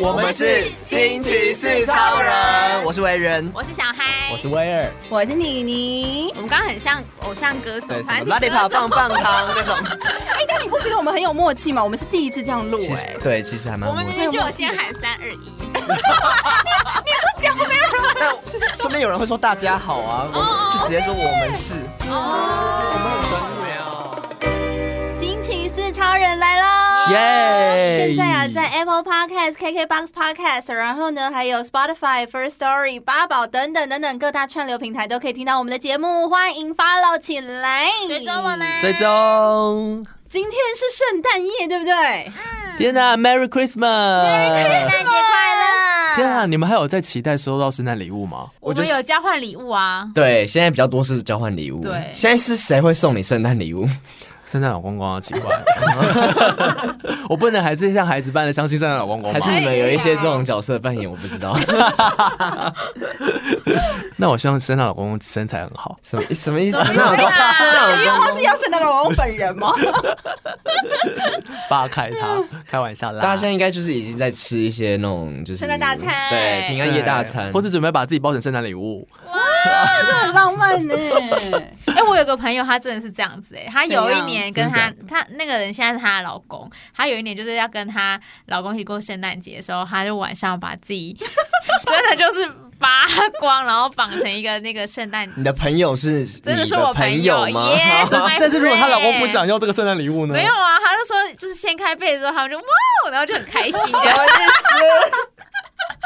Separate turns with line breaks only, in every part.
我
们是惊奇四超人，我是维人，
我是小嗨，
我是威尔，
我是妮妮
我。们刚刚很像偶像歌手
对，，什
反
么
正
拉
你
力
歌
跑
手
棒棒糖那 种，
哎、但你不觉得我们很有默契吗？我们是第一次这样录、
其
哎
实，对，其实还蛮
我们
默
明
契。
明就有先喊三二一，
但顺便有人会说大家好啊，我就直接说我们是，
哦，
我们很专业哦。
惊奇四超人来喽！
耶！
现在啊，在 Apple Podcast、KKBox Podcast，然后呢，还有 Spotify、First Story、八宝等等等等各大串流平台都可以听到我们的节目，欢迎 follow 起来。
追踪我们，
追踪。
今天是圣诞夜，对不
哎
对？
天哪，Merry Christmas！
圣诞节快
天啊，你们还有在期待收到圣诞礼物吗？
我们有交换礼物啊，
对，现在比较多是交换礼物。
对
现在是谁会送你圣诞礼物？
圣诞老公公啊，奇 怪，我不能还是像孩子般的相信圣诞老公公
还
吗？
是你们有一些这种角色扮演？我不知 道，
那我希望圣诞老公公身材很好。
什 么什么啊意思？
乐！
圣诞老公，圣诞
因为
老公
他啊是要圣诞哦老 公本人吗？
扒开他，开玩笑啦。
大家现在应该就是已经在吃一些那种就是
圣诞大餐
对，平安夜大餐，
或者准备把自己包成圣诞礼物。
这很浪漫呢、
哎、我有个朋友，他真的是这样子哎、他有一年跟他
怎
他那个人现在是她的老公，他有一年就是要跟她老公一起过圣诞节的时候，他就晚上把自己 真的就是扒光，然后绑成一个那个圣诞，
你的朋友是
真的
你
是我
朋
友
吗？
耶！
但是如果她老公不想要这个圣诞礼物呢？
哎没有啊，他就说就是掀开被子之后，他们就哇哦，然后就很开心这样。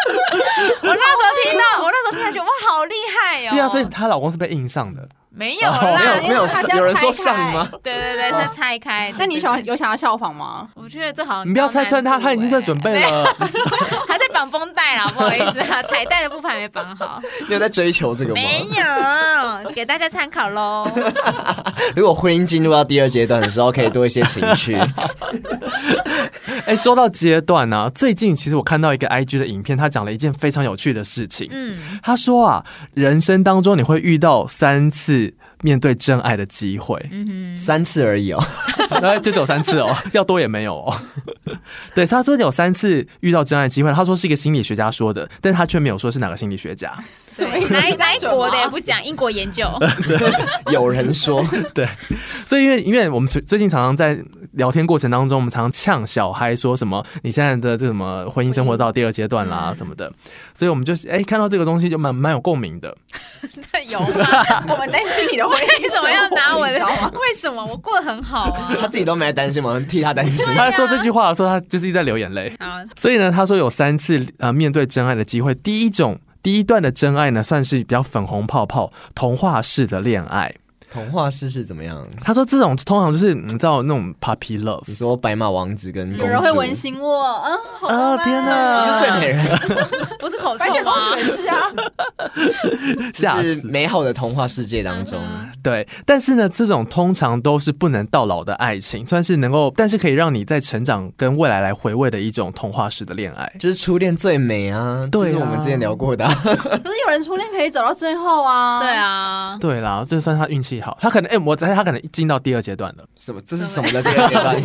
我那时候听到，我那时候听到就哇，好厉害哦！
对啊，所以她老公是被硬上的。
没有啦，
哦
没有没有
因为大
上，
家
有人说
拆开
上吗？
对对对，是拆开。
那你想
对？对对
有想要效仿吗？
我觉得这好像
你不要拆穿她，
高难度
她已经在准备了。
欸，还在绑绷带 啦，不好意思啊，彩带的部分还没绑好。
你有在追求这个吗？
没有，给大家参考喽。
如果婚姻进入到第二阶段的时候，可以多一些情趣。
哎、说到阶段呢、啊，最近其实我看到一个 IG 的影片，他讲了一件非常有趣的事情。
嗯，
他说啊，人生当中你会遇到三次面对真爱的机会，
三次而已哦，
然后就只有三次哦，要多也没有哦。 对，他说你有三次遇到真爱的机会，他说是一个心理学家说的，但他却没有说是哪个心理学家。
什么意
对
思
哪一哪一
这样准吗
国的也不讲，英国研 究。
有人 说，
所以因为因为我们最最近常常在聊天过程当中，我们常常呛小孩说什么你现在的这什么婚姻生活到第二阶段啦
嗯
什么的，所以我们就是哎、看到这个东西就蛮蛮有共鸣的。
这有 吗？
我们担心你的婚 姻
为什么要拿我
生活你知道吗
的？为什么我过得很好啊？
他自己都没来担心，我们替他担 心。
他说这句话的时候，他就是一直在流眼泪。
好，
所以呢，他说有三次呃面对真爱的机会。第一种，第一段的真爱呢，算是比较粉红泡泡、童话式的恋爱。
童话式是怎么样？
他说这种通常就是你知道那种 puppy love
你说白马王子跟公主，
有人会啊吻醒我，嗯，好浪漫
天哪
你是睡美 人，
不是口臭
白雪公
吗
主？也是 啊，
吓
就
死
是美好的童话世界当中，
对，但是呢，这种通常都是不能到老的爱情，算是能够，但是可以让你在成长跟未来来回味的一种童话式的恋爱。
就是初恋最美啊，
对啊
就是我们之前聊过的啊。
可是有人初恋可以走到最后啊。
对，啊，
对啦，这算他运气好，他可能哎、我猜他可能进到第二阶段了。
什么？这是什么的第二阶段？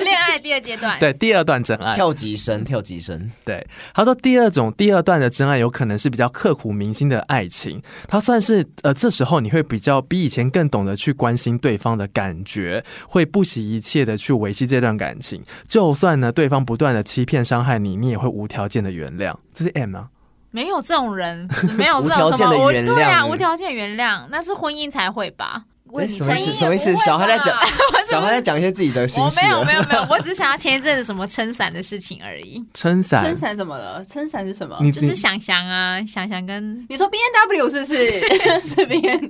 恋爱第二阶
哎
段。
对，第二段真爱。
跳级生，跳级生，
对，他说第二种第二段的真爱有可能是比较刻骨铭心的爱情，他算是呃这时候你会比较比以前更懂得去关心对方的感觉，会不惜一切的去维系这段感情，就算呢对方不断的欺骗伤害你，你也会无条件的原谅。这是 M 啊，
没有这种人，没有这
无条
种什
件
么
的
我
原谅
对啊，无条件原谅，那是婚姻才会吧？
哎什么意
成
思？
因
什么意思
也不？会
小孩在 讲
啊
吧我，是
小孩在讲一些自己的心
我
事啊
没有
了
没有没有，我只想要前一阵子什么撑伞的事情 而已，
撑伞，
撑伞怎么了？撑伞是什么？
你
就是想想啊，想想跟
你说 B N W 是不 是？是 B N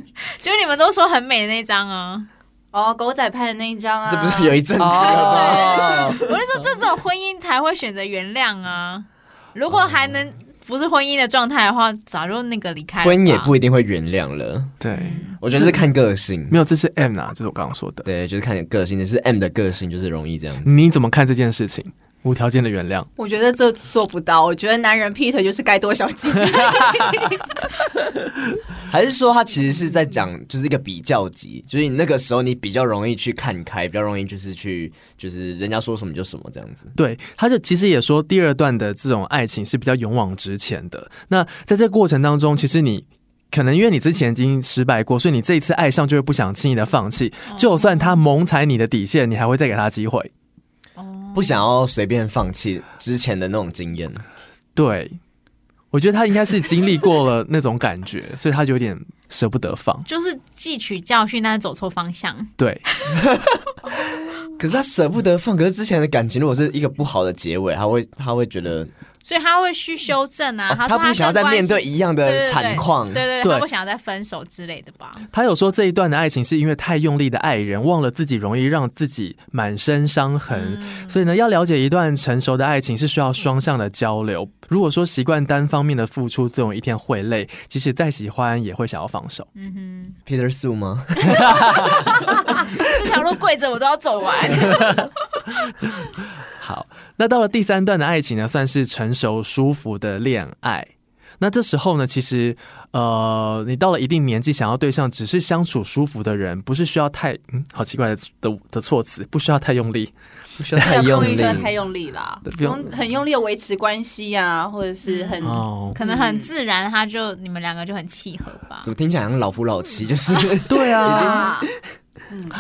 就是你们都说很美的那张啊，
哦，狗仔拍的那一张啊。
这不是有一阵子了吗？
哦，
我是说这种婚姻才会选择原谅啊。如果还能不是婚姻的状态的话，早就那个离开了吧。
婚也不一定会原谅了，
对，
我觉得是看个性。
没有，这是 M 啊，就是我刚刚说的。
对，就是看个性，就是 M 的个性就是容易这样子。
你怎么看这件事情？无条件的原谅。
我觉得这做不到。我觉得男人劈腿就是该多小鸡 鸡。
还是说他其实是在讲，就是一个比较级，就是你那个时候你比较容易去看开，比较容易就是去，就是人家说什么就什么这样子。
对，他就其实也说第二段的这种爱情是比较勇往直前的。那在这过程当中，其实你。可能因为你之前已经失败过，所以你这一次爱上就会不想轻易的放弃。就算他猛踩你的底线，你还会再给他机会。
嗯
不想要随便放弃之前的那种经验，
对，我觉得他应该是经历过了那种感觉，所以他有点舍不得放。
就是汲取教训，但是走错方向。
对，
可是他舍不得放。可是之前的感情如果是一个不好的结尾，他会他会觉得、
所以他会去修正啊。
哦
他说
不想要
跟
再
关
面
系
对一样
对
的
对
惨况。
对对对，
对
他不想要再分手之类的吧？
他有说这一段的爱情是因为太用力的爱人，忘了自己容易让自己满身伤痕，所以呢，要了解一段成熟的爱情是需要双向的交流。如果说习惯单方面的付出，总有一天会累，即使再喜欢也会想要放手。
嗯
Peter Su 吗？
哼，这条路跪着我都要 走完。
好，那到了第三段的爱情呢，算是成熟舒服的恋爱。那这时候呢，其实呃，你到了一定年纪，想要对象只是相处舒服的人，不是需要太嗯，好奇怪的的的措辞，不需要太用力。
不需要太
不要
用
用一
力，
个太用力啦，
对
不
不用
用很用力地维持关系啊，或者是
嗯
很
哦
可能很自然，他就你们两个就很契合吧
怎。么听起来像老夫老 妻？就是
对 啊，
啊，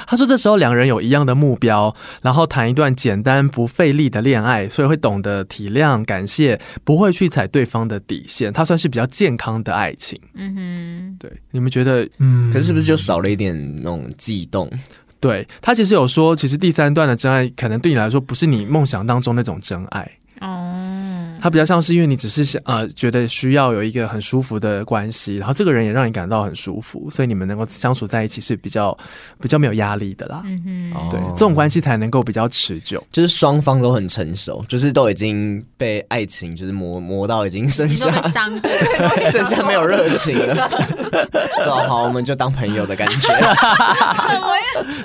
他说这时候两人有一样的目标，然后谈一段简单不费力的恋爱，所以会懂得体谅、感谢，不会去踩对方的底线。他算是比较健康的爱情。
嗯哼，
对，你们觉得？嗯，
可是是不是就少了一点那种悸动？
对他其实有说，其实第三段的真爱可能对你来说不是你梦想当中那种真爱，
哦，
它比较像是因为你只是想呃觉得需要有一个很舒服的关系，然后这个人也让你感到很舒服，所以你们能够相处在一起是比较比较没有压力的啦。
嗯哼，
哦
对，这种关系才能够比较持久。
就是双方都很成熟，就是都已经被爱情就是磨磨到已经剩
你都
下
被伤过。
剩下没有热情 了。好好，我们就当朋友的感觉。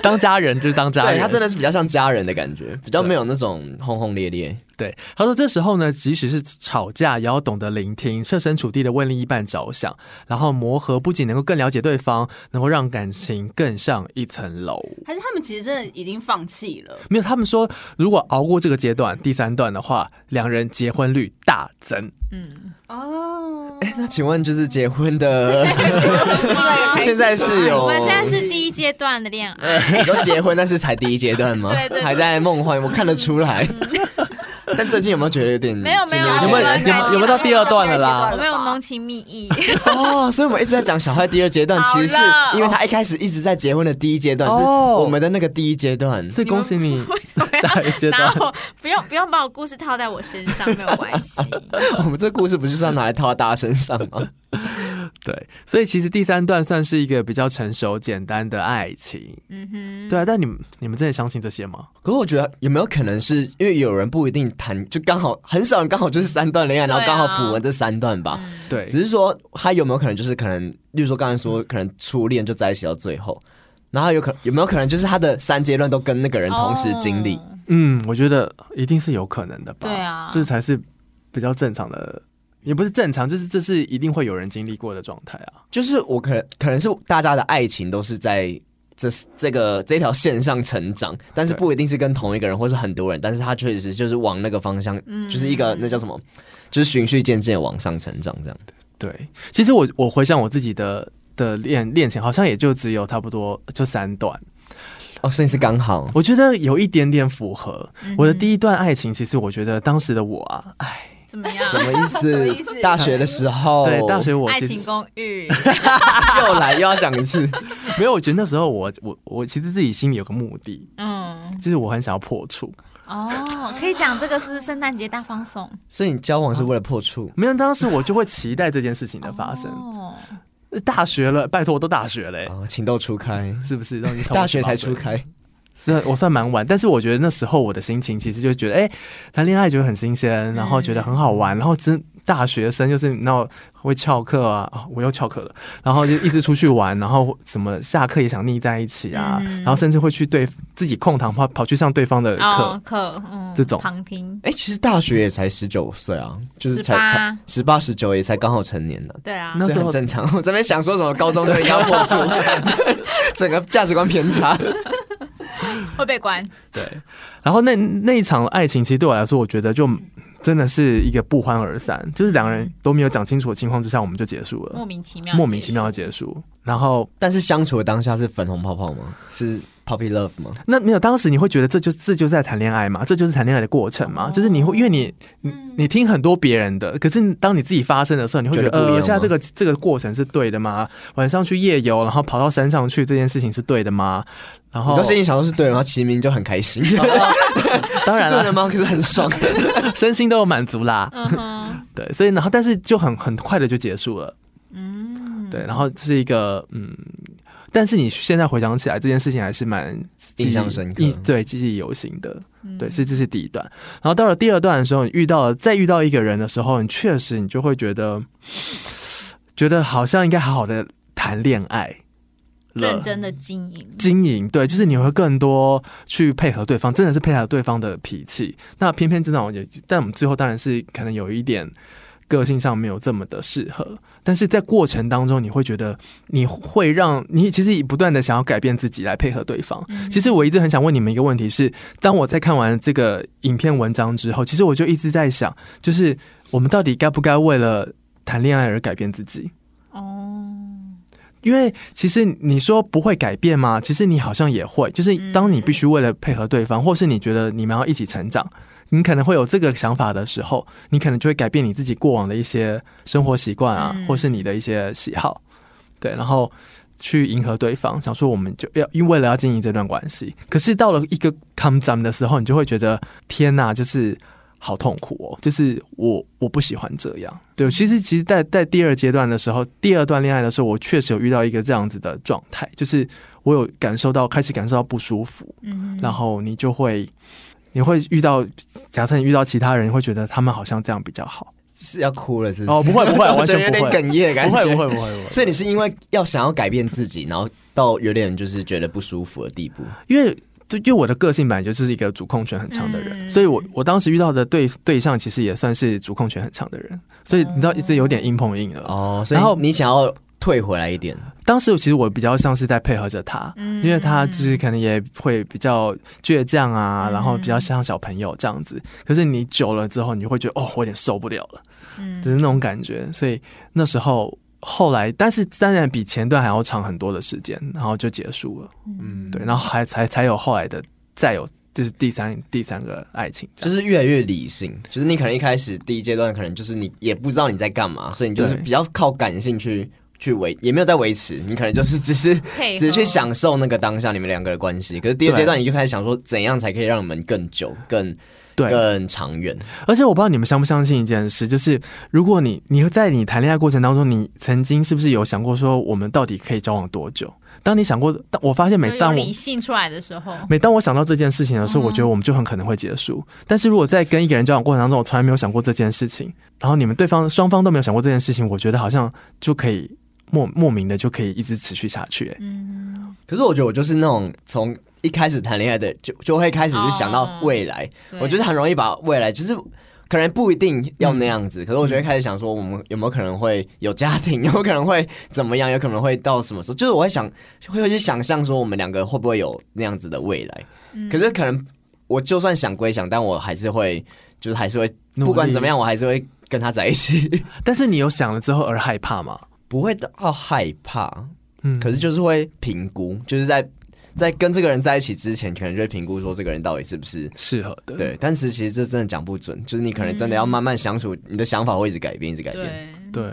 当家人就是当家
对
人，
他真的是比较像家人的感觉，比较没有那种轰轰烈 烈。
对，他说这时候呢，即使是吵架，也要懂得聆听，设身处地的为另一半着想，然后磨合不仅能够更了解对方，能够让感情更上一层楼。
还是他们其实真的已经放弃了。
没有，他们说如果熬过这个阶段，第三段的话，两人结婚率大增。
嗯，
哦，
那请问，就是结婚 的现在是有
哎我们现在是第一阶段的恋爱。
你说结婚，但是才第一阶段吗？
对对对嗯
还在梦幻，我看得出来。 但最近有没有觉得有点
没有没有啊
进入一
有
些
没有
我们
有没有有没有到第二段了
我
哎
啦？
们有浓情蜜意，
哦，所以我们一直在讲小坏第二阶段，
好
其
了
实是因为他一开始一直在结婚的第一阶段，是
哦
我们的那个第一阶段。
所以恭喜你
为什么
下一阶
要
段
拿我？不用不用把我故事套在我身上，没有关 系。
我们这故事不就是要拿来套到大家身上吗？
对，所以其实第三段算是一个比较成熟、简单的爱情。
嗯哼，
对啊，但你们你们真的相信这些吗？
可是我觉得有没有可能是因为有人不一定谈，就刚好很少人刚好就是三段恋爱，
对
然
啊
后刚好符合这三段吧。
对，
只是说他有没有可能就是可能，例如说刚才说可能初恋就在一起到最后，然后有可有没有可能就是他的三阶段都跟那个人同时经历？
哦
嗯，我觉得一定是有可能的吧。
对啊
这才是比较正常的，也不是正常，就是这是一定会有人经历过的状态啊。
就是我可能可能是大家的爱情都是在这这个这条线上成长，但是
对
不一定是跟同一个人或是很多人，但是他确实就是往那个方向，就是一个那叫什么，就是循序渐进地往上成长这样。
对，其实我我回想我自己的的恋恋情，好像也就只有差不多就三段，
哦，所以是刚 好。
我觉得有一点点符合、
嗯
我的第一段爱情。其实我觉得当时的我啊，
怎么样？
什么意
么
思？
意思
大学的时候，
对，大学我
爱
其实
情公寓，
又来又要讲一次，
没有，我觉得那时候我我我其实自己心里有个目的，
嗯，
就是我很想要破处。
哦，可以讲这个是不是圣诞节大放送
所以你交往是为了破处。
没有，当时我就会期待这件事情的发生。
哦，
大学了，拜托，我都大学了欸、
啊，情窦初开，
是不是？都已经超过
大学才
18岁
初
了
开，
虽然我算蛮晚，但是我觉得那时候我的心情其实就觉得，哎、谈恋爱觉得很新鲜，然后觉得很好玩，然后真大学生，就是那会翘课啊、哦，我又翘课了，然后就一直出去玩，然后什么下课也想腻在一起啊，
嗯
然后甚至会去对自己空堂跑跑去上对方的课，
哦课，嗯，
这种
旁听，
哎、其实大学也才十九岁啊，就是才
18
才十八十九，也才刚好成年呢、
对啊
那，
所以
时候
很正常。 我这边想说什么高中就压迫 住，整个价值观偏差。
会被 关，
对，然后那那一场爱情，其实对我来说，我觉得就真的是一个不欢而散，就是两个人都没有讲清楚的情况之下，我们就结束
莫
了，
名其妙，
莫名其妙的，结束。然后
但是相处的当下是粉红泡泡吗？是 puppy love 吗？
那没有，当时你会觉得这就这就是在谈恋爱嘛，这就是谈恋爱的过程嘛，就是你会因为你你你听很多别人的，可是当你自己发生的时候，你会觉得
觉得不一样
呃，
吗
现在这个这个过程是对的吗？晚上去夜游，然后跑到山上去这件事情是对的吗？然
你
后
知道心里想说是对的，然后齐明就很开心。
当 然
是对
了
的，吗？可是很爽。
身心都有满足啦，
嗯 哼，
对，所以然后但是就很很快的就结束了。
嗯，
对，然后是一个嗯，但是你现在回想起来，这件事情还是蛮记忆
印象深刻
印对，记忆犹新的。
嗯
对，所以这是第一段。然后到了第二段的时候，你遇到了再遇到一个人的时候，你确实你就会觉得，觉得好像应该好好的谈恋爱了，
认真的经营，
经营，对，就是你会更多去配合对方，真的是配合对方的脾气。那偏偏这种也，但我们最后当然是可能有一点个性上没有这么的适合，但是在过程当中，你会觉得你会让你其实不断的想要改变自己来配合对方。
嗯
其实我一直很想问你们一个问题是，当我在看完这个影片文章之后，其实我就一直在想，就是我们到底该不该为了谈恋爱而改变自己？
哦，
因为其实你说不会改变吗？其实你好像也会，就是当你必须为了配合对方，或是你觉得你们要一起成长，你可能会有这个想法的时候，你可能就会改变你自己过往的一些生活习惯啊，
嗯
或是你的一些喜好，对，然后去迎合对方，想说我们就要因为了要经营这段关系。可是到了一个 come down 的时候，你就会觉得天呐，就是好痛苦哦，就是我我不喜欢这样。对，其实其实在，在第二阶段的时候，第二段恋爱的时候，我确实有遇到一个这样子的状态，就是我有感受到开始感受到不舒服，
嗯哼，
然后你就会你会遇到，假设你遇到其他人，你会觉得他们好像这样比较好。
是要哭了，是不是？
哦，不会不会，
我
完
觉
全
得有
不
点
会，
哽咽的感
不
觉。
会不会不会不会。
所以你是因为要想要改变自己，然后到有点就是觉得不舒服的地步。
因为就因为我的个性本来就是一个主控权很强的人，
嗯
所以我我当时遇到的对对象其实也算是主控权很强的人，所以你知道一直有点硬碰硬了。
哦，所以
然后
你想要退回来一点，
当时其实我比较像是在配合着他，
嗯
因为他就是可能也会比较倔强啊，
嗯
然后比较像小朋友这样子。可是你久了之后，你就会觉得哦，我有点受不了了，
嗯
就是那种感觉。所以那时候后来，但是当然比前段还要长很多的时间，然后就结束了。
嗯，
对，然后还才才有后来的，再有就是第三第三个爱情这样，
就是越来越理性，就是你可能一开始第一阶段可能就是你也不知道你在干嘛，所以你就是
对
比较靠感性去去维，也没有在维持，你可能就是 只是
配合
只是去享受那个当下你们两个的关系。可是第二
对
阶段你就开始想说，怎样才可以让你们更久、更
对。
更长远？
而且我不知道你们相不相信一件事，就是如果你你在你谈恋爱过程当中，你曾经是不是有想过说我们到底可以交往多久？当你想过，当我发现每
就有
当我
理性出来的时候，
每当我想到这件事情的时候，
嗯
我觉得我们就很可能会结束。但是如果在跟一个人交往过程当中，我从来没有想过这件事情，然后你们对方双方都没有想过这件事情，我觉得好像就可以莫莫名的就可以一直持续下去、欸
嗯，
可是我觉得我就是那种从一开始谈恋爱的，就就会开始去想
哦
到未来。
对
我觉得很容易把未来就是。可能不一定要那样
嗯
子，可是我就会开始想说，我们有没有可能会有家庭， 有可能会怎么样，有可能会到什么时候？就是我会想，会去想象说，我们两个会不会有那样子的未来？
嗯
嗯
可是可能我就算想归想，但我还是会，就是还是会，
努力
不管怎么样，我还是会跟他在一起，
但是你有想了之后而害怕吗？
不会到害怕。
嗯，
可是就是会评估，就是在在跟这个人在一起之前，可能就会评估说，这个人到底是不是
适合 的，
对，但是其实这真的讲不准，就是你可能真的
嗯
要慢慢相处，你的想法会一直改变，一直改变。
对。
对。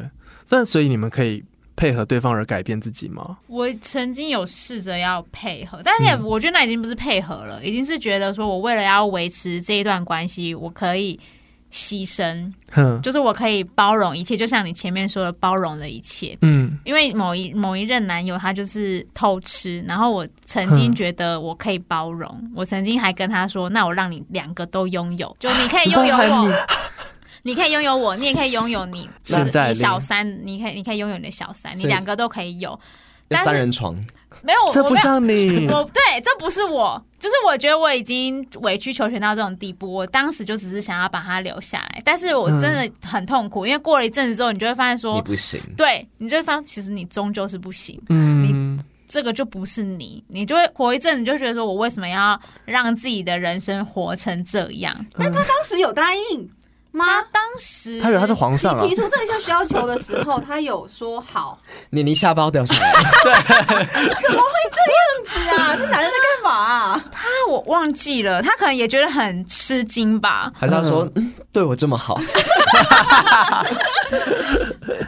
但所以你们可以配合对方而改变自己吗？
我曾经有试着要配合，但是
嗯
也我觉得那已经不是配合了，已经是觉得说我为了要维持这一段关系，我可以牺牲，
哼，
就是我可以包容一切，就像你前面说的，包容了一切。
嗯，
因为某一某一任男友他就是偷吃，然后我曾经
哼
觉得我可以包容，我曾经还跟他说，那我让你两个都拥有，就你可以拥有
包含你
我，你可以拥有我，你也可以拥有你，就是
现在
你
立
小三，你可以你可以拥有你的小三，你
所以
两个都可以有。
要
但是
三人床，
没有，我
这
我
不
没有
像你，
我对，这不是我，就是我觉得我已经委曲求全到这种地步。我当时就只是想要把它留下来，但是我真的很痛苦，因为过了一阵子之后，你就会发现
你
说，
不行。
对，你就会发现其实你终究是不行，
嗯，
这个就不是你，你就会活一阵，子，你就觉得说我为什么要让自己的人生活成这样？
但他当时有答应
他
吗？
当时
他以为他是皇上啊
你，提出这项要求的时候，他有说好，
你你下巴要掉下来，
是啊，这男人在干嘛啊？
他我忘记了，他可能也觉得很吃惊吧，
还是他说、嗯对我这么好？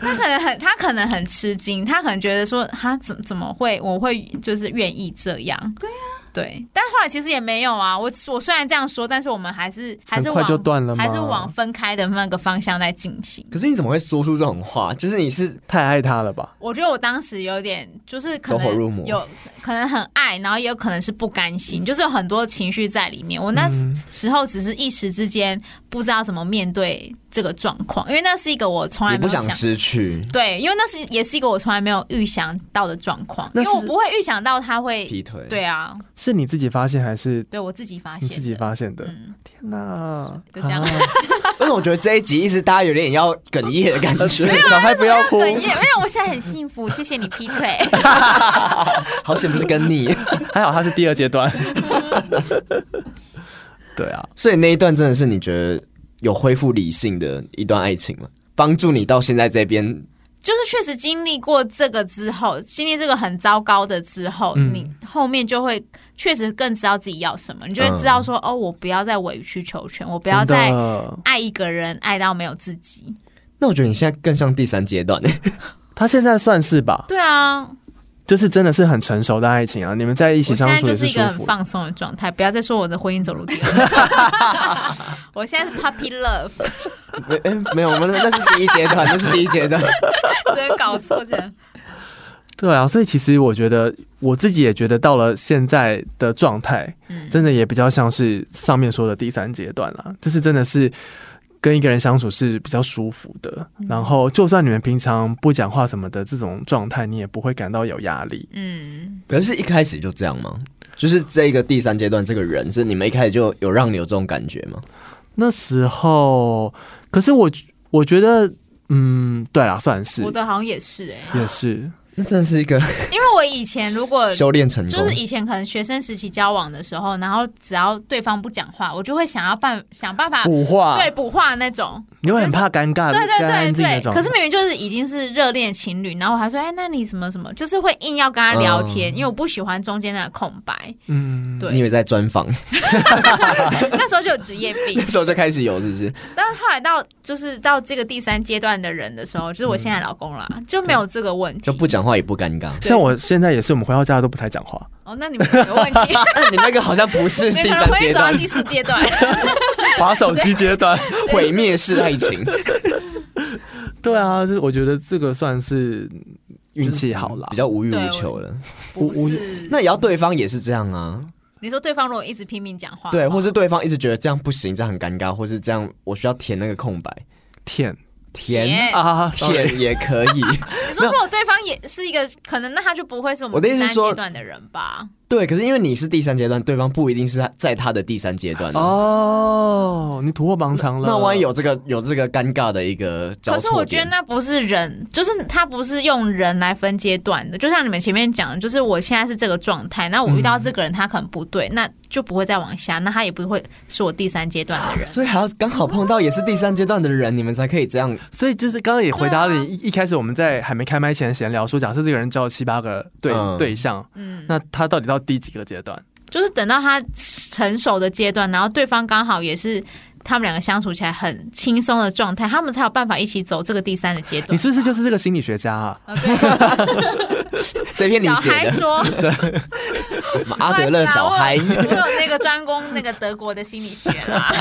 他可能很他可能很吃惊，他可能觉得说他怎怎么会我会就是愿意这样？对呀、对，但后来其实也没有啊。我我虽然这样说，但是我们还是还是
很快
往
就断了吗
还是往分开的那个方向在进行。
可是你怎么会说出这种话？就是你是
太爱他了吧？
我觉得我当时有点就是可
走火入
能
魔
有可能很爱，然后也有可能是不甘心，就是有很多情绪在里面。我那时
嗯
时候只是一时之间不知道怎么面对这个状况，因为那是一个我从来
你
没
不
有想
想失去
对，因为那是也是一个我从来没有预想到的状况，因
那
为我
是
不会预想到他会
劈腿，
对啊，
是你自己发现还是
对我自己发
你
现的，
自己发现的？
嗯，
天哪，
就这样
啊
为什么我觉得这一集一直大家有点要哽咽的感觉？
啊
小孩不要哭
哽。咽，没有，我现在很幸福， 谢谢你劈腿。
好险不是跟你，
还好他是第二 阶段。对啊，
所以那一段真的是你觉得有恢复理性的一段爱情吗？帮助你到现在这边，
就是确实经历过这个之后，经历这个很糟糕的之后，
嗯
你后面就会确实更知道自己要什么，你就会知道说，
嗯
哦，我不要再委曲求全，我不
不
要再爱一个人爱到没有自己。
那我觉得你现在更像第三阶段，欸
他现在算是吧，
对啊，
就是真的是很成熟的爱情啊。你们在一起
我现
相
在
处
就
也
是一
舒
个很
服的。
放松的状态，不要再说我的婚姻走路地 了。我现在是 puppy love，
没、哎没有，我们那那是第一阶段，那是第一阶段。
真的搞错这样。
对啊，所以其实我觉得我自己也觉得到了现在的状态，
嗯，
真的也比较像是上面说的第三阶段啦，就是真的是跟一个人相处是比较舒服的，
嗯
然后就算你们平常不讲话什么的这种状态，你也不会感到有压力。
嗯，
可是，一开始就这样吗？就是这个第三阶段，这个人是你们一开始就有让你有这种感觉吗？
那时候，可是我我觉得，嗯，对啦，算是
我的好像也是哎、
也是，
那真的是一个
因为我以前如果
修炼成功
呃就，是以前可能学生时期交往的时候，然后只要对方不讲话，我就会想要办想办法
补话，
对补话那种。
你会很怕尴尬，
对
干
对
干净
对
那
对，
种。
可是明明就是已经是热恋情侣，然后我还说哎，那你什么什么，就是会硬要跟他聊天，因为我不喜欢中间那个空白。
嗯，
对
你以为在专 访，
那时候就有职业病
那，时候就开始有，是不是？
但是后来到就是到这个第三阶段的人的时候，就是我现在老公啦，就没有这个问题
嗯就。不讲话也不尴 尬。
像我现在也是，我们回到家都不太讲话，
哦，那你们有问 题，
啊但你那个好像不是
你
第
可能
三
会
阶
走到
段，
第四阶段。
划手机阶段。
毁灭式爱 情。
对啊，就是我觉得这个算是运气好啦
比。较无欲
对
无
我
求了。
不
我
是，
那也要对方也是这样啊，
你说对方如果一直拼命讲话，哦
对，或是对方一直觉得这样不行，这样很尴尬，或是这样我需要填那个空白，
舔
填
填
啊，舔
填也可 以。
你说如果对方也是一个可能，那他就不会是我
我
们
的
第
意思
三
是说
阶段的人吧？
对，可是因为你是第三阶段，对方不一定是在他的第三阶段啊
哦，你突破盲肠了。
那万一有这个有这个尴尬的一个交
可是我
错
觉得
点，
那不是人，就是他不是用人来分阶段的。就像你们前面讲的，就是我现在是这个状态，那我遇
嗯
到这个人他可能不对，那就不会再往下，那他也不会是我第三阶段的人。
所以还要刚好碰到也是第三阶段的人，你们才可以这样。
所以就是刚刚也回答了你，一一开始我们在还没开麦前闲聊说，假设这个人交了七八个对
嗯
对象，
嗯，
那他到底到第几个阶段？
就是等到他成熟的阶段，然后对方刚好也是他们两个相处起来很轻松的状态，他们才有办法一起走这个第三的阶段。
你是不是就是这个心理学家啊？
啊？对，
这篇你
小
写
孩
的
说。
什么阿德勒小
我
孩
有我有那个专攻那个德国的心理学啦。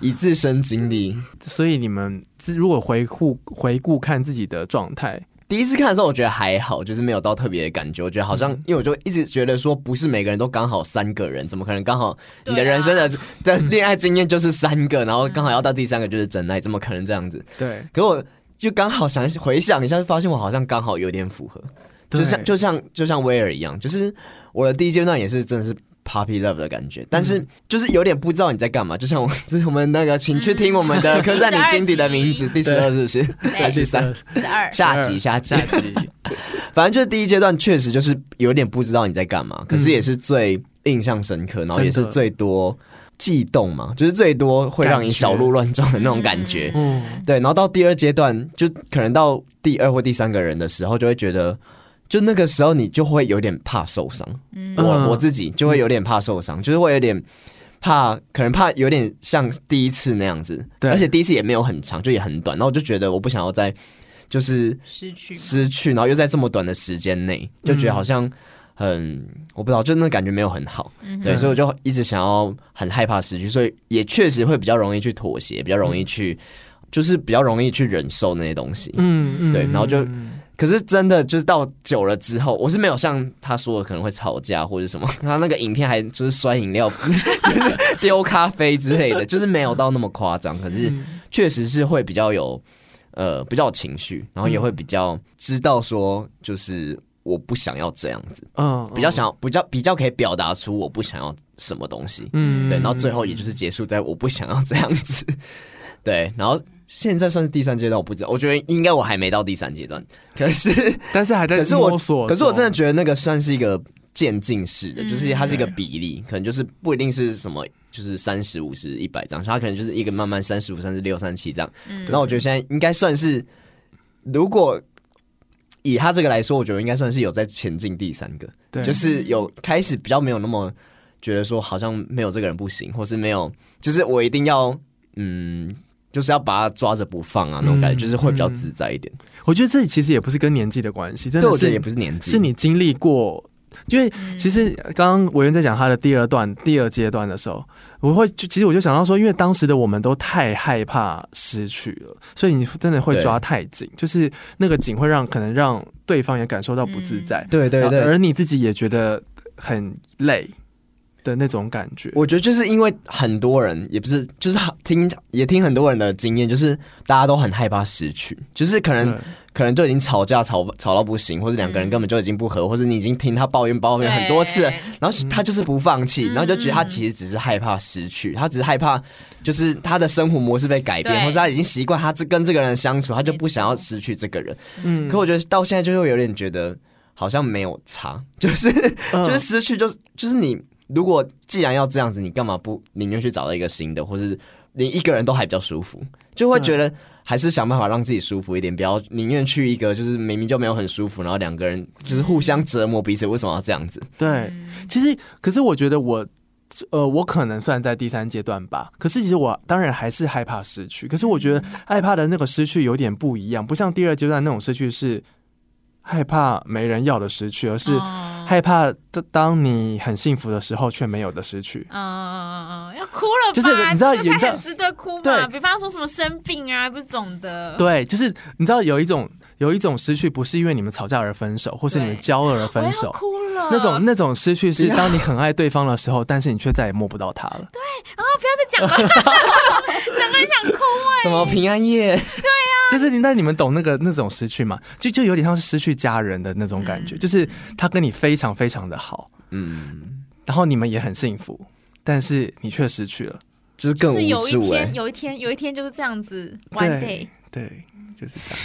以自身经历，
所以你们自如果回顾回顾看自己的状态，
第一次看的时候，我觉得还好，就是没有到特别的感觉。我觉得好像，因为我就一直觉得说，不是每个人都刚好三个人，怎么可能刚好你的
对啊
人生的的恋爱经验就是三个，然后刚好要到第三个就是真爱，怎么可能这样子？
对，
可我就刚好想回想一下，就发现我好像刚好有点符合，就像
对
就像就像威尔一样，就是我的第一阶段也是真的是 puppy love 的感觉，但
嗯
是就是有点不知道你在干嘛。就像我， 就是我们那个，请去听我们
嗯
的《刻在你心底的名字》第十二，是不是？还是三？
十二，
下集下集
下，集，
反正就是第一阶段确实就是有点不知道你在干嘛，可是也是最印象深刻，然后也是
嗯真的
最多悸动嘛，就是最多会让你
感觉
小鹿乱撞的那种感觉。
嗯，
对，然后到第二阶段，就可能到第二或第三个人的时候，就会觉得，就那个时候你就会有点怕受伤。
嗯
我我自己就会有点怕受伤，就是会有点怕，可能怕有点像第一次那样子。
对
而且第一次也没有很长，就也很短。然后我就觉得我不想要再就是
失去嘛，
失去，然后又在这么短的时间内，就觉得好像很、我不知道，就那感觉没有很好。
嗯哼
对，所以我就一直想要很害怕失去，所以也确实会比较容易去妥协，比较容易去，就是比较容易去忍受那些东西。
嗯嗯，
对然后就
嗯
可是真的就是到久了之后，我是没有像他说的可能会吵架或者什么， 他那个影片还就是摔饮料、 就是丢咖啡之类的，就是没有到那么夸张。可是确实是会比较有呃比较有情绪，然后也会比较知道说就是我不想要这样子，
嗯
比较想要比较比较可以表达出我不想要什么东西。
嗯
对，然后最后也就是结束在我不想要这样子，对，然后现在算是第三阶段，我不知道，我觉得应该我还没到第三阶段，可是
但是还在
可是我
摸嗯索中，
可是我真的觉得那个算是一个渐进式的，
嗯
就是它是一个比例，可能就是不一定是什么。就是三十五十一百张，它可能就是一个慢慢三十五、三十六、三十七张。
嗯
那我觉得现在应该算是，如果以他这个来说，我觉得应该算是有在前进第三个。
对
就是有开始比较没有那么觉得说好像没有这个人不行，或是没有，就是我一定要嗯，就是要把他抓着不放啊那种感觉，
嗯
就是会比较
嗯
自在一点。
我觉得这其实也不是跟年纪的关系，真
对，
的
我觉
是
得也不是年纪，
是你经历过，因为
嗯
其实刚刚委员在讲他的第二段、第二阶段的时候，我会就其实我就想到说，因为当时的我们都太害怕失去了，所以你真的会
对
抓太紧，就是那个紧会让可能让对方也感受到不自在，
对嗯对对，
而你自己也觉得很累的那种感觉。
我觉得就是因为很多人也不是，就是听也听很多人的经验，就是大家都很害怕失去，就是可能
对
可能就已经吵架吵吵到不行，或者两个
嗯
人根本就已经不和，或者你已经听他抱怨抱怨很多次了
对，
然后他就是不放弃，
嗯
然后就觉得他其实只是害怕失去，他只是害怕就是他的生活模式被改变，
对
或者他已经习惯他这跟这个人相处，他就不想要
没错
失去这个人。
嗯
可我觉得到现在就会有点觉得好像没有差， 就是
嗯
就是失去就是就是你如果既然要这样子，你干嘛不宁愿去找到一个新的，或是你一个人都还比较舒服，就会觉得还是想办法让自己舒服一点，不要宁愿去一个就是明明就没有很舒服，然后两个人就是互相折磨彼此，为什么要这样子？
对，
嗯
其实可是我觉得我。呃，我可能算在第三阶段吧，可是其实我当然还是害怕失去，可是我觉
嗯
得害怕的那个失去有点不一样，不像第二阶段那种失去是害怕没人要的失去，而是
哦
害怕当当你很幸福的时候却没有的失去。
嗯，要哭了吧？
就是你知道
这个
你知
才
道
很值得哭
对
嘛？比方说什么生病啊这种的，
对，就是你知道有一种有一种失去不是因为你们吵架而分手，或是你们
对
交恶而
我要
分手。
哭了，
那种那种失去是
不要
当你很爱对方的时候，但是你却再也摸不到他了。
然后不要再讲了，整个人想哭哎、
什么平安夜？
就是你，那你们懂那个那种失去嘛？就就有点像是失去家人的那种感觉，就是他跟你非常非常的好，
嗯，
然后你们也很幸福，但是你却失去了。
就是
就
更
是有
无
一
助哎、
天，有一天，有一天就是这样子，one
对
day。
对，就是这样。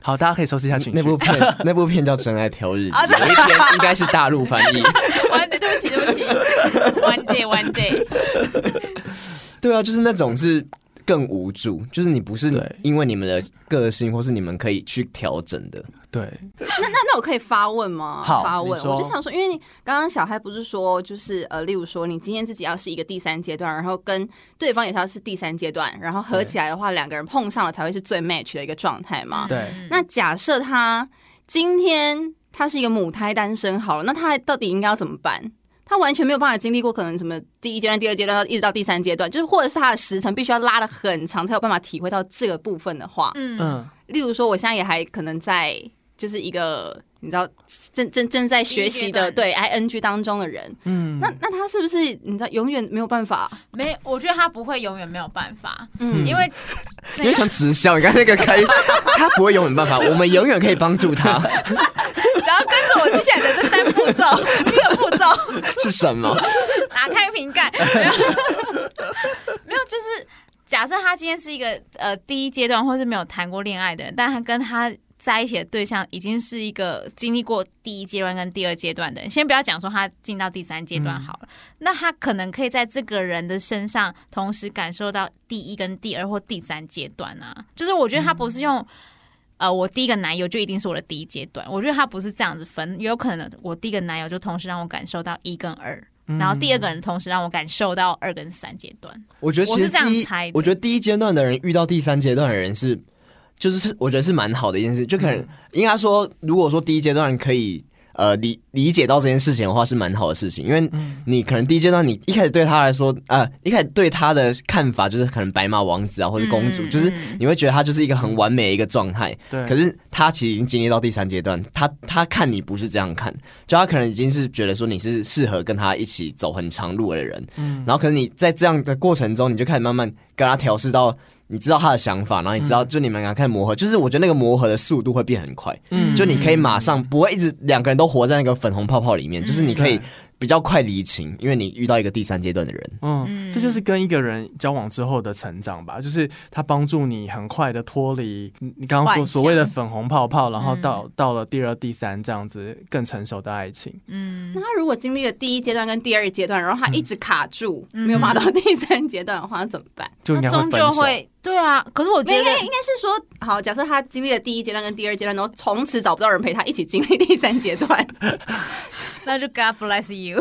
好，大家可以收拾一下情绪。
那部片 那部片叫《真爱挑日子
啊》，对
有一天应该是大陆翻 译。
one day，对不起，对不起，one day，one day，
对啊，就是那种是更无助，就是你不是
对
因为你们的个性或是你们可以去调整的。
对，
那那那我可以发问吗？
好
发问
你，说
我就想说，因为你刚刚小嗨不是说，就是呃，例如说你今天自己要是一个第三阶段，然后跟对方也是要是第三阶段，然后合起来的话，两个人碰上了才会是最 match 的一个状态嘛。
对
嗯
那假设他今天他是一个母胎单身好了，那他到底应该要怎么办？他完全没有办法经历过可能什么第一阶段、第二阶段到一直到第三阶段，就是或者是他的时程必须要拉的很长才有办法体会到这个部分的话，
嗯
嗯
例如说，我现在也还可能在。就是一个你知道正正正在学习的
第
对 ing 当中的人，
嗯，
那那他是不是你知道永远没有办法？
没，我觉得他不会永远没有办法，
嗯
因为啊
有点想直销，你看那个开，他不会永远办法，我们永远可以帮助他，
只要跟着我之前的这三步骤，第二 步骤。
是什么？
打开瓶盖，没有， 没有就是假设他今天是一个呃第一阶段或是没有谈过恋爱的人，但他跟他在一起的对象已经是一个经历过第一阶段跟第二阶段的人，先不要讲说他进到第三阶段好了，那他可能可以在这个人的身上同时感受到第一跟第二或第三阶段啊，就是我觉得他不是用。呃，我第一个男友就一定是我的第一阶段，我觉得他不是这样子分，也有可能我第一个男友就同时让我感受到一跟二，然后第二个人同时让我感受到二跟三阶段，
我觉得其
我
实
是这样
第一
猜的
我觉得第一阶段的人遇到第三阶段的人是，就是是我觉得是蛮好的一件事，就可能、
嗯
应该说，如果说第一阶段可以。呃，理理解到这件事情的话是蛮好的事情，因为
嗯
你可能第一阶段你一开始对他来说，呃，一开始对他的看法就是可能白马王子啊，或者公主，
嗯
就是
嗯
你会觉得他就是一个很完美的一个状态，
对，
可是他其实已经经历到第三阶段，他他看你不是这样看，就他可能已经是觉得说你是适合跟他一起走很长路的人，
嗯
然后可能你在这样的过程中，你就开始慢慢跟他调试到你知道他的想法，然后你知
嗯
道就你们俩开始磨合，就是我觉得那个磨合的速度会变很快，
嗯嗯
就你可以马上不会一直两个人都活在那个粉红泡泡里面，就是你可以
对
比较快离情，因为你遇到一个第三阶段的人。
嗯，
嗯
这就是跟一个人交往之后的成长吧，就是他帮助你很快的脱离嗯你你刚刚说
幻想
所谓的粉红泡泡，然后到、到了第二、第三这样子更成熟的爱情。
嗯
那，他如果经历了第一阶段跟第二阶段，然后他一直卡住，没有办法到第三阶段的话，那怎么办？
就应该
那终
会分
究
手，
会对啊。可是我觉
应
得
该应该是说，好，假设他经历了第一阶段跟第二阶段，然后从此找不到人陪他一起经历第三 阶段，
那就 God bless you。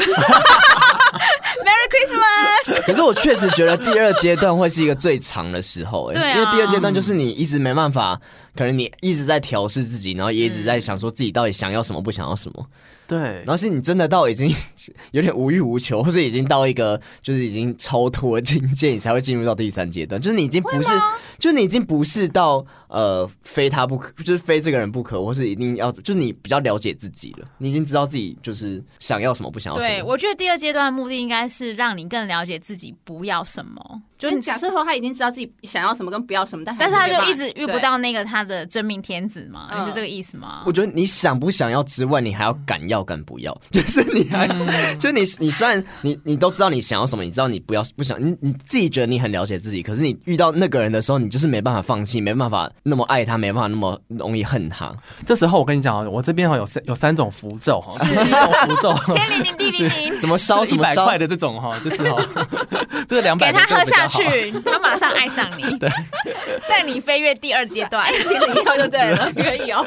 Merry Christmas！
可是我确实觉得第二阶段会是一个最长的时候、欸，
对啊
因为第二阶段就是你一直没办法，可能你一直在调试自己，然后也一直在想说自己到底想要什么，不想要
嗯
什么，
对
然，后是你真的到已经有点无欲无求，或者已经到一个就是已经超脱境界，你才会进入到第三阶段，就是你已经不是，就是你已经不是到呃非他不可，就是非这个人不可，或是一定要，就是你比较了解自己了，你已经知道自己就是想要什么，不想要什
对，
么。
我觉得第二阶段的目的应该是让你更了解自己不要什么，就
就是是假设说他已经知道自己想要什么跟不要什么，但
但是他
还没办
就
法
一直遇不。到那个他的真命天子嘛，
嗯
你是这个意思吗
我？觉得你想不想要之外，你还要敢要敢不要， 就是你还，就是你你虽然你你都知道你想要什么，你知道你不要不想，你你自己觉得你很了解自己，可是你遇到那个人的时候，你就是没办法放弃，没办法那么爱他，没办法那么容易恨他。
这时候我跟你讲哦，我这边哦有三有三种符咒哈，第一种 符咒
天灵灵地灵灵，
怎么烧
一
怎么
百
烧
块，的这种哈，就是哈， 这个两
给
百
他喝下去，他马上爱上你，带你飞跃第二阶 段。
心里要就对了，可以哦。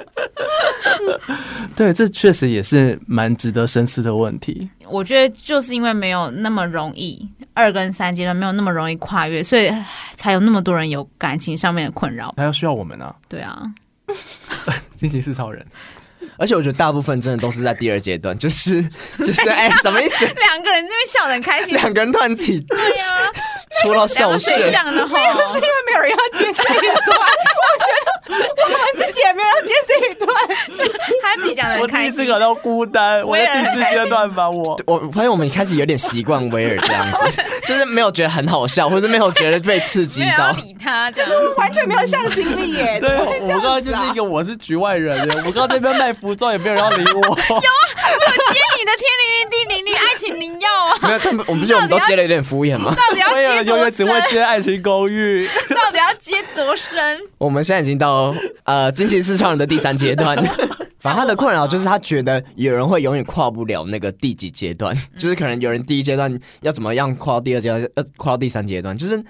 对，这确实也是蛮值得深思的问题。
我觉得就是因为没有那么容易，二跟三阶段没有那么容易跨越，所以唉才有那么多人有感情上面的困扰。
还要需要我们啊，
对啊，
惊奇四超人，
而且我觉得大部分真的都是在第二阶段，就是就是哎、什么意思？
两个人这边笑得很开心，
两个人突然自己
对啊，
戳到
两
笑
个
穴，
水象的吼，
是因为没有人要接这一段，我觉得我们自己也没有要接这一段。
他自己讲的很开心。
都孤单，
我也很开心
段 吧，我
我我发现我们开始有点习惯威尔这样子，就是没有觉得很好笑，或者没有觉得被刺激
没有要啊
到。
理他，这样
完全没有向心力 耶！
对，
怎么会这
哦我
样
刚
子啊
刚就是一个我是局外人， 我刚刚那边卖符咒也没有人要理我。
接你的天灵灵地灵灵，爱情灵药啊！
没有，他们我们不是我们都接了有点敷衍 吗？
到底
我
要
也
接多深？
接《爱情公寓》。
到底要接多深？
我们现在已经到呃惊奇四超人的第三阶 段。反正他的困扰就是他觉得有人会永远跨不了那个第几阶段，就是可能有人第一阶段要怎么样跨到第二阶段，要跨到第三阶段，就是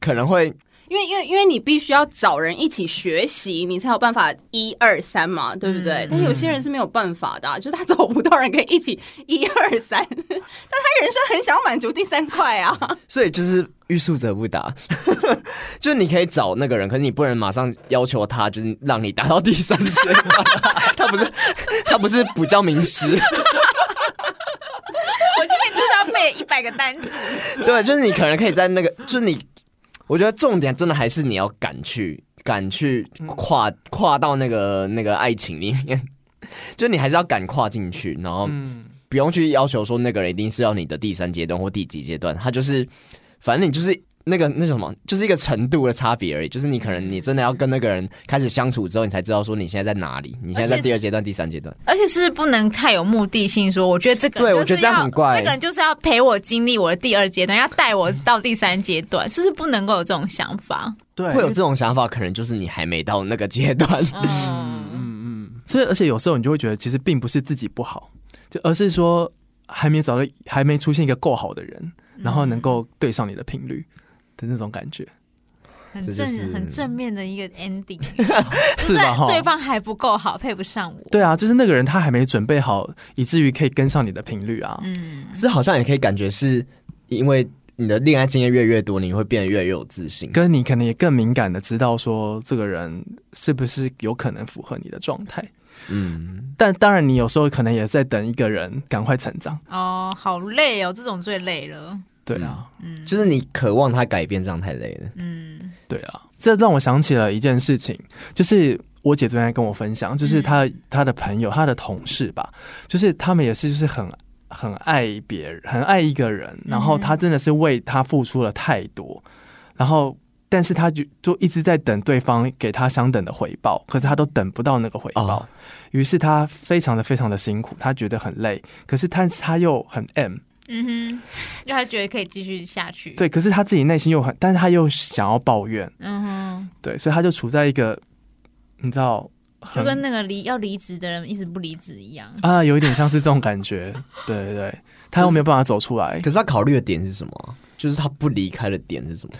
可能会
因为因为因为你必须要找人一起学习，你才有办法一二三嘛，对不对？
嗯
但有些人是没有办法的啊、就是他找不到人可以一起一二三， 但他人生很想满足第三块啊。
所以就是欲速则不达， 就是你可以找那个人，可是你不能马上要求他，就是让你达到第三阶段。 他不是他不是补教名师，
我今天就是要背一百个单词。
对，就是你可能可以在那个，就是你。我觉得重点真的还是你要敢去，敢去
嗯
跨跨到那个那个爱情里面， 就你还是要敢跨进去，然后
嗯，
不用去要求说那个人一定是要你的第三阶段或第几阶段，他就是反正你就是那个那什么，就是一个程度的差别而已。就是你可能你真的要跟那个人开始相处之后，你才知道说你现在在哪里，你现在
而
在
且
第二阶段、第三阶段。
而且是不能太有目的性说我觉得这个人
对
就是
我觉得这样
要
很怪
这个人就是要陪我经历我的第二阶段，要带我到第三阶段，是不是不能够有这种想 法？
对，
会有这种想法，可能就是你还没到那个阶段。
嗯，
所以而且有时候你就会觉得，其实并不是自己不好，就而是说还没找到，还没出现一个够好的人，
嗯
然后能够对上你的频率的那种感觉，
很
这
正、
就是
很正面的一个 ending，
是吧？哈，
对方还不够好，配不上我。
对啊，就是那个人他还没准备好，以至于可以跟上你的频率啊。
嗯，
这好像也可以感觉是因为你的恋爱经验越来越多，你会变得越来越有自信。
跟你可能也更敏感的知道说这个人是不是有可能符合你的状态，
嗯，
但当然你有时候可能也在等一个人赶快成长，
哦，好累哦，这种最累了。
对啊，
嗯
就是你渴望他改变，这样太累了。
嗯
对啊，这让我想起了一件事情，就是我姐昨天跟我分享，就是她她的朋友、她的同事吧，就是他们也是就是很很爱别人、很爱一个人，然后她真的是为他付出了太多，然后。但是她就就一直在等对方给她相等的回报，可是她都等不到那个回报
哦，
于、是她非常的非常的辛苦，她觉得很累，可是她她又很 M，
嗯哼，就他觉得可以继续下去。，
对，可是她自己内心又很，但是她又想要抱怨，
嗯
对，所以他就处在一个你知道，
哼，就跟
很
那个离要离职的人一直不离职一样。
啊，有一点像是这种感觉，对对对，他又没有办法走出来
可。是他考虑的点是什么啊？就是他不离开的点是什么？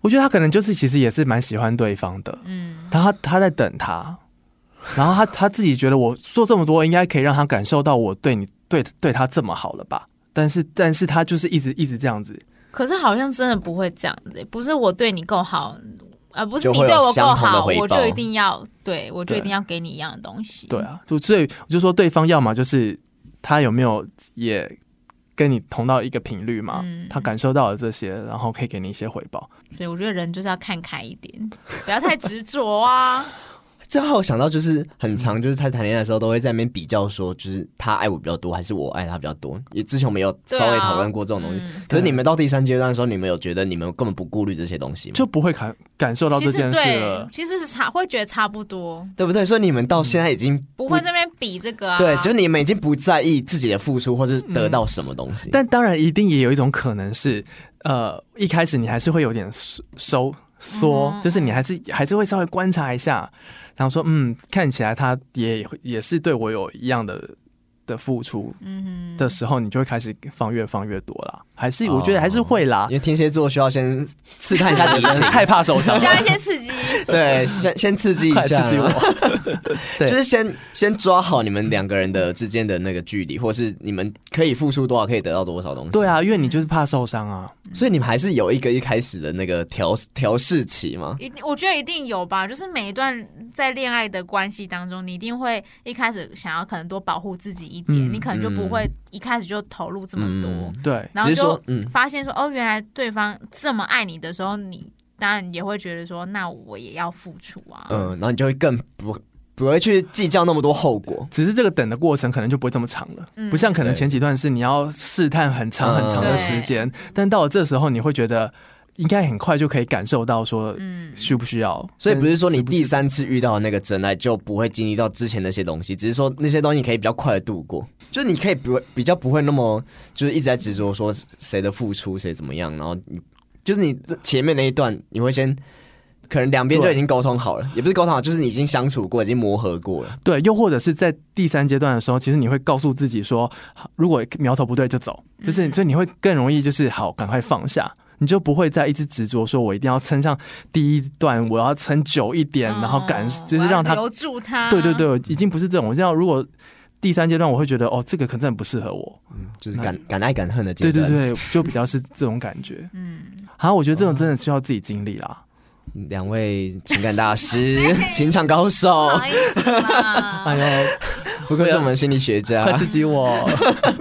我觉得他可能就是其实也是蛮喜欢对方的，
嗯，
他他在等他，然后他他自己觉得我做这么多应该可以让他感受到我对你对对他这么好了吧？但是但是他就是一直一直这样子，
可是好像真的不会这样子，不是我对你够好，啊，不是
就
你
会有
对我够
相同的
好，
回报
我就一定要对我就
对
一定要给你一样的东西。
对，啊，就所以我就说对方要么就是他有没有也跟你同到一个频率嘛，
嗯
他感受到了这些，然后可以给你一些回报。
所以我觉得人就是要看开一点， 不要太执着 啊。
这让我想到，就是很
嗯
长，就是在谈恋爱的时候都会在那边比较，说就是他爱我比较多，还是我爱他比较多。也之前我们有稍微
对啊
讨论过这种东西。
嗯
可是你们到第三阶段的时候，你们有觉得你们根本不顾虑这些东西吗？
就不会感感受到
其
这
实
件事了
对，。其实是差会觉得差不多，
对不对？所以你们到现在已经
不会这边比这个啊。
对，就你们已经不在意自己的付出或是得
嗯
到什么东西。
但当然，一定也有一种可能是，呃，一开始你还是会有点收收缩，
嗯
就是你还是还是会稍微观察一下，然后说，嗯，看起来他也也是对我有一样的的付出
嗯
的时候，你就会开始放越放越多啦。还是
哦
我觉得还是会啦
因，为天蝎座需要先刺探一下敌
很
情，
害怕受伤
哼，，需要一些刺激。
对，先先刺激一
快
下，
刺激我， 对
就是先先抓好你们两个人的之间的那个距离，或是你们可以付出多少，可以得到多少东西。
对，啊，因为你就是怕受伤啊，
所以你们还是有一个一开始的那个调调试期嘛。
一定，我觉得一定有吧。就是每一段在恋爱的关系当中，你一定会一开始想要可能多保护自己一点，
嗯
你可能就不会一开始就投入这么多，
嗯
对，
然后
只是
就
说，嗯，
发现说哦，原来对方这么爱你的时候，你当然也会觉得说，那我也要付出啊。
嗯，然后你就会更不不会去计较那么多后果。
只是这个等的过程可能就不会这么长了，
嗯
不像可能
对
前几段是你要试探很长
嗯
很长的时间，但到了这时候你会觉得应该很快就可以感受到说
嗯，
需不需要，
所以不是说你
跟值
第三次遇到的那个真爱就不会经历到之前那些东西，只是说那些东西可以比较快的度过，就是你可以不会比较不会那么就是一直在执着说谁的付出谁怎么样，然后你就是你这前面那一段你会先可能两边就
对
已经沟通好
嗯
了，也不是沟通好，就是你已经相处过，已经磨合过了。
不对，又或者是在第三阶段的时候，其实你会告诉自己说，好如果苗头不对就走，
嗯
就是所以你会更容易就是好赶快放下。你就不会再一直执着，说我一定要撑上第一段，我要撑久一点，然后感
哦
就是让
我
他
要留住他。
对对，对，已经不是这种。我这样如果第三阶段，我会觉得哦，这个可能真的不适合我。
就是敢敢爱敢恨的阶
对对
段，
对，就比较是这种感觉。
嗯，
啊，我觉得这种真的需要自己经历啦。
两位情感大师、情场高手，
哎不好意思啦。
哎呦，
不愧是我们心理学家
快。刺激我！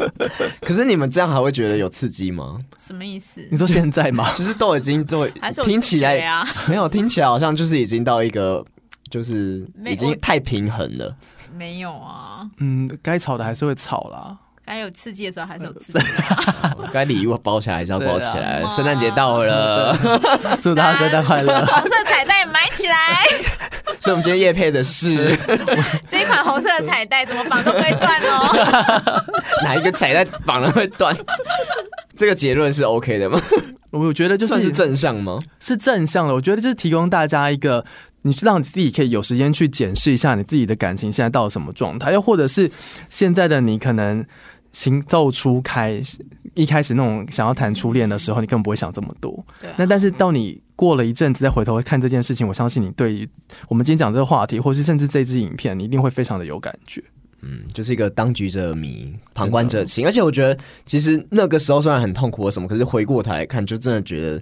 可是你们这样还会觉得有刺激吗？
什么意思
你？说现在吗？
就是都已经都
还是我
听起
吃水
来
啊？
没有听起来好像就是已经到一个就是
没
已
我
经太平衡 了。
没有啊，
嗯，该吵的还是会吵啦。
该有刺激的时候还是有刺 激。
该礼物包起来还是要包起来
对啊，
圣诞节到 了，
祝大家圣诞快乐！
红色彩带买起 来，
所以我们今天夜配的是
这一款红色的彩带怎么绑都不会断哦。
哪一个彩带绑了会断？这个结论是 OK 的吗？
我觉 得就
算
是
是正向吗？
是正向的，我觉得就是提供大家一个。你让你自己可以有时间去检视一下你自己的感情现在到底什么状态，又或者是现在的你可能情窦初开，一开始那种想要谈初恋的时候，你根本不会想这么多。
对啊
那但是到你过了一阵子再回头看这件事情，我相信你对于我们今天讲这个话题，或是甚至这支影片，你一定会非常的有感觉。
嗯，就是一个当局者迷，旁观者清。而且我觉得，其实那个时候虽然很痛苦或什么，可是回过头来看，就真的觉得，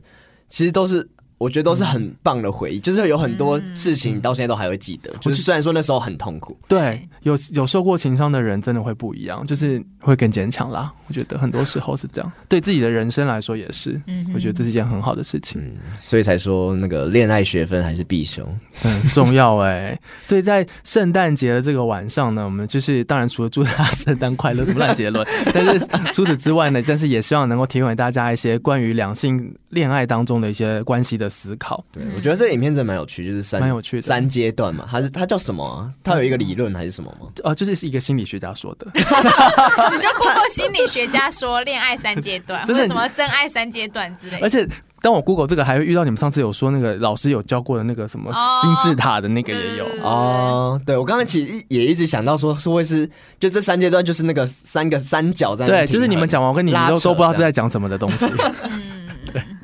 其实都是。我觉得都是很棒的回忆，就是有很多事情到现在都还会记得。就是虽然说那时候很痛苦，
对，有有受过情伤的人真的会不一样，就是会更坚强啦。我觉得很多时候是这样，对自己的人生来说也是。
嗯哼
我觉得这是一件很好的事情。
所以才说那个恋爱学分还是必修。
对，
嗯
很重要哎、
欸
所以在圣诞节的这个晚上呢，我们就是当然除了祝大家 圣诞快乐，什么烂结论，但是除此之外呢，但是也希望能够提供给大家一些关于两性恋爱当中的一些关系的思考，
对，我觉得这个影片真的蛮有趣，就是三
蛮有趣的。
三阶段嘛，它是它叫什么啊、它有一个理论还是什么吗？
哦，就是一个心理学家说的，
你就 Google 心理学家说恋爱三阶段，或
真的
者什么真爱三阶段之类的。
而且当我 Google 这个，还会遇到你们上次有说那个老师有教过的那个什么
哦
金字塔的那个也有，
对
哦，对，我刚刚其实也一直想到说，是会是就这三阶段，就是那个三个三角在那
对，
边平衡
就是你们讲完，我跟你们
拉
都
扯
都不知道
这
在
样
讲什么的东 西。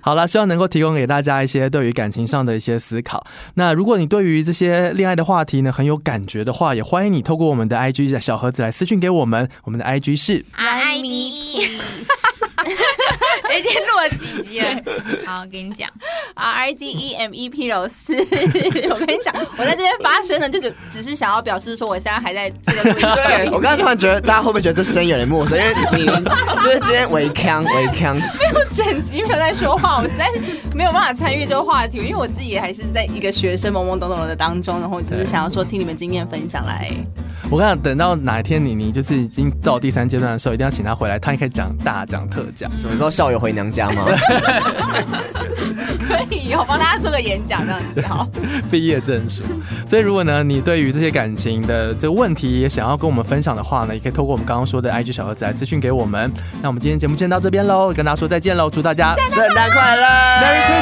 好了，希望能够提供给大家一些对于感情上的一些思考。那如果你对于这些恋爱的话题呢很有感觉的话，也欢迎你透过我们的 IG 小盒子来私讯给我们。我们的 IG 是
R I D E，已 经录了几集了。好，给你讲，
R I D E M E P 柔四， 我跟你讲，我在这边发声呢，就只只是想要表示说，我现在还在这个录音室
对，
里
我刚刚突然觉得大家会不会觉得这声音有点陌生？因为你就是今天围康围康，
整集没有在说话，我实在是没有办法参与这个话题，因为我自己也还是在一个学生懵懵懂懂的当中，然后就是想要说听你们经验分享来。
我跟你讲，等到哪一天你你就是已经到第三阶段的时候，一定要请他回来，他可以讲大讲特讲。
什么时候校友回娘家吗？
可以，我帮大家做个演讲这样子好。
毕业证书。所以如果呢，你对于这些感情的这个问题也想要跟我们分享的话呢，也可以透过我们刚刚说的 IG 小盒子来咨 询给我们。那我们今天节目先到这边喽，跟大家说再见喽，祝大家
圣诞快乐
Merry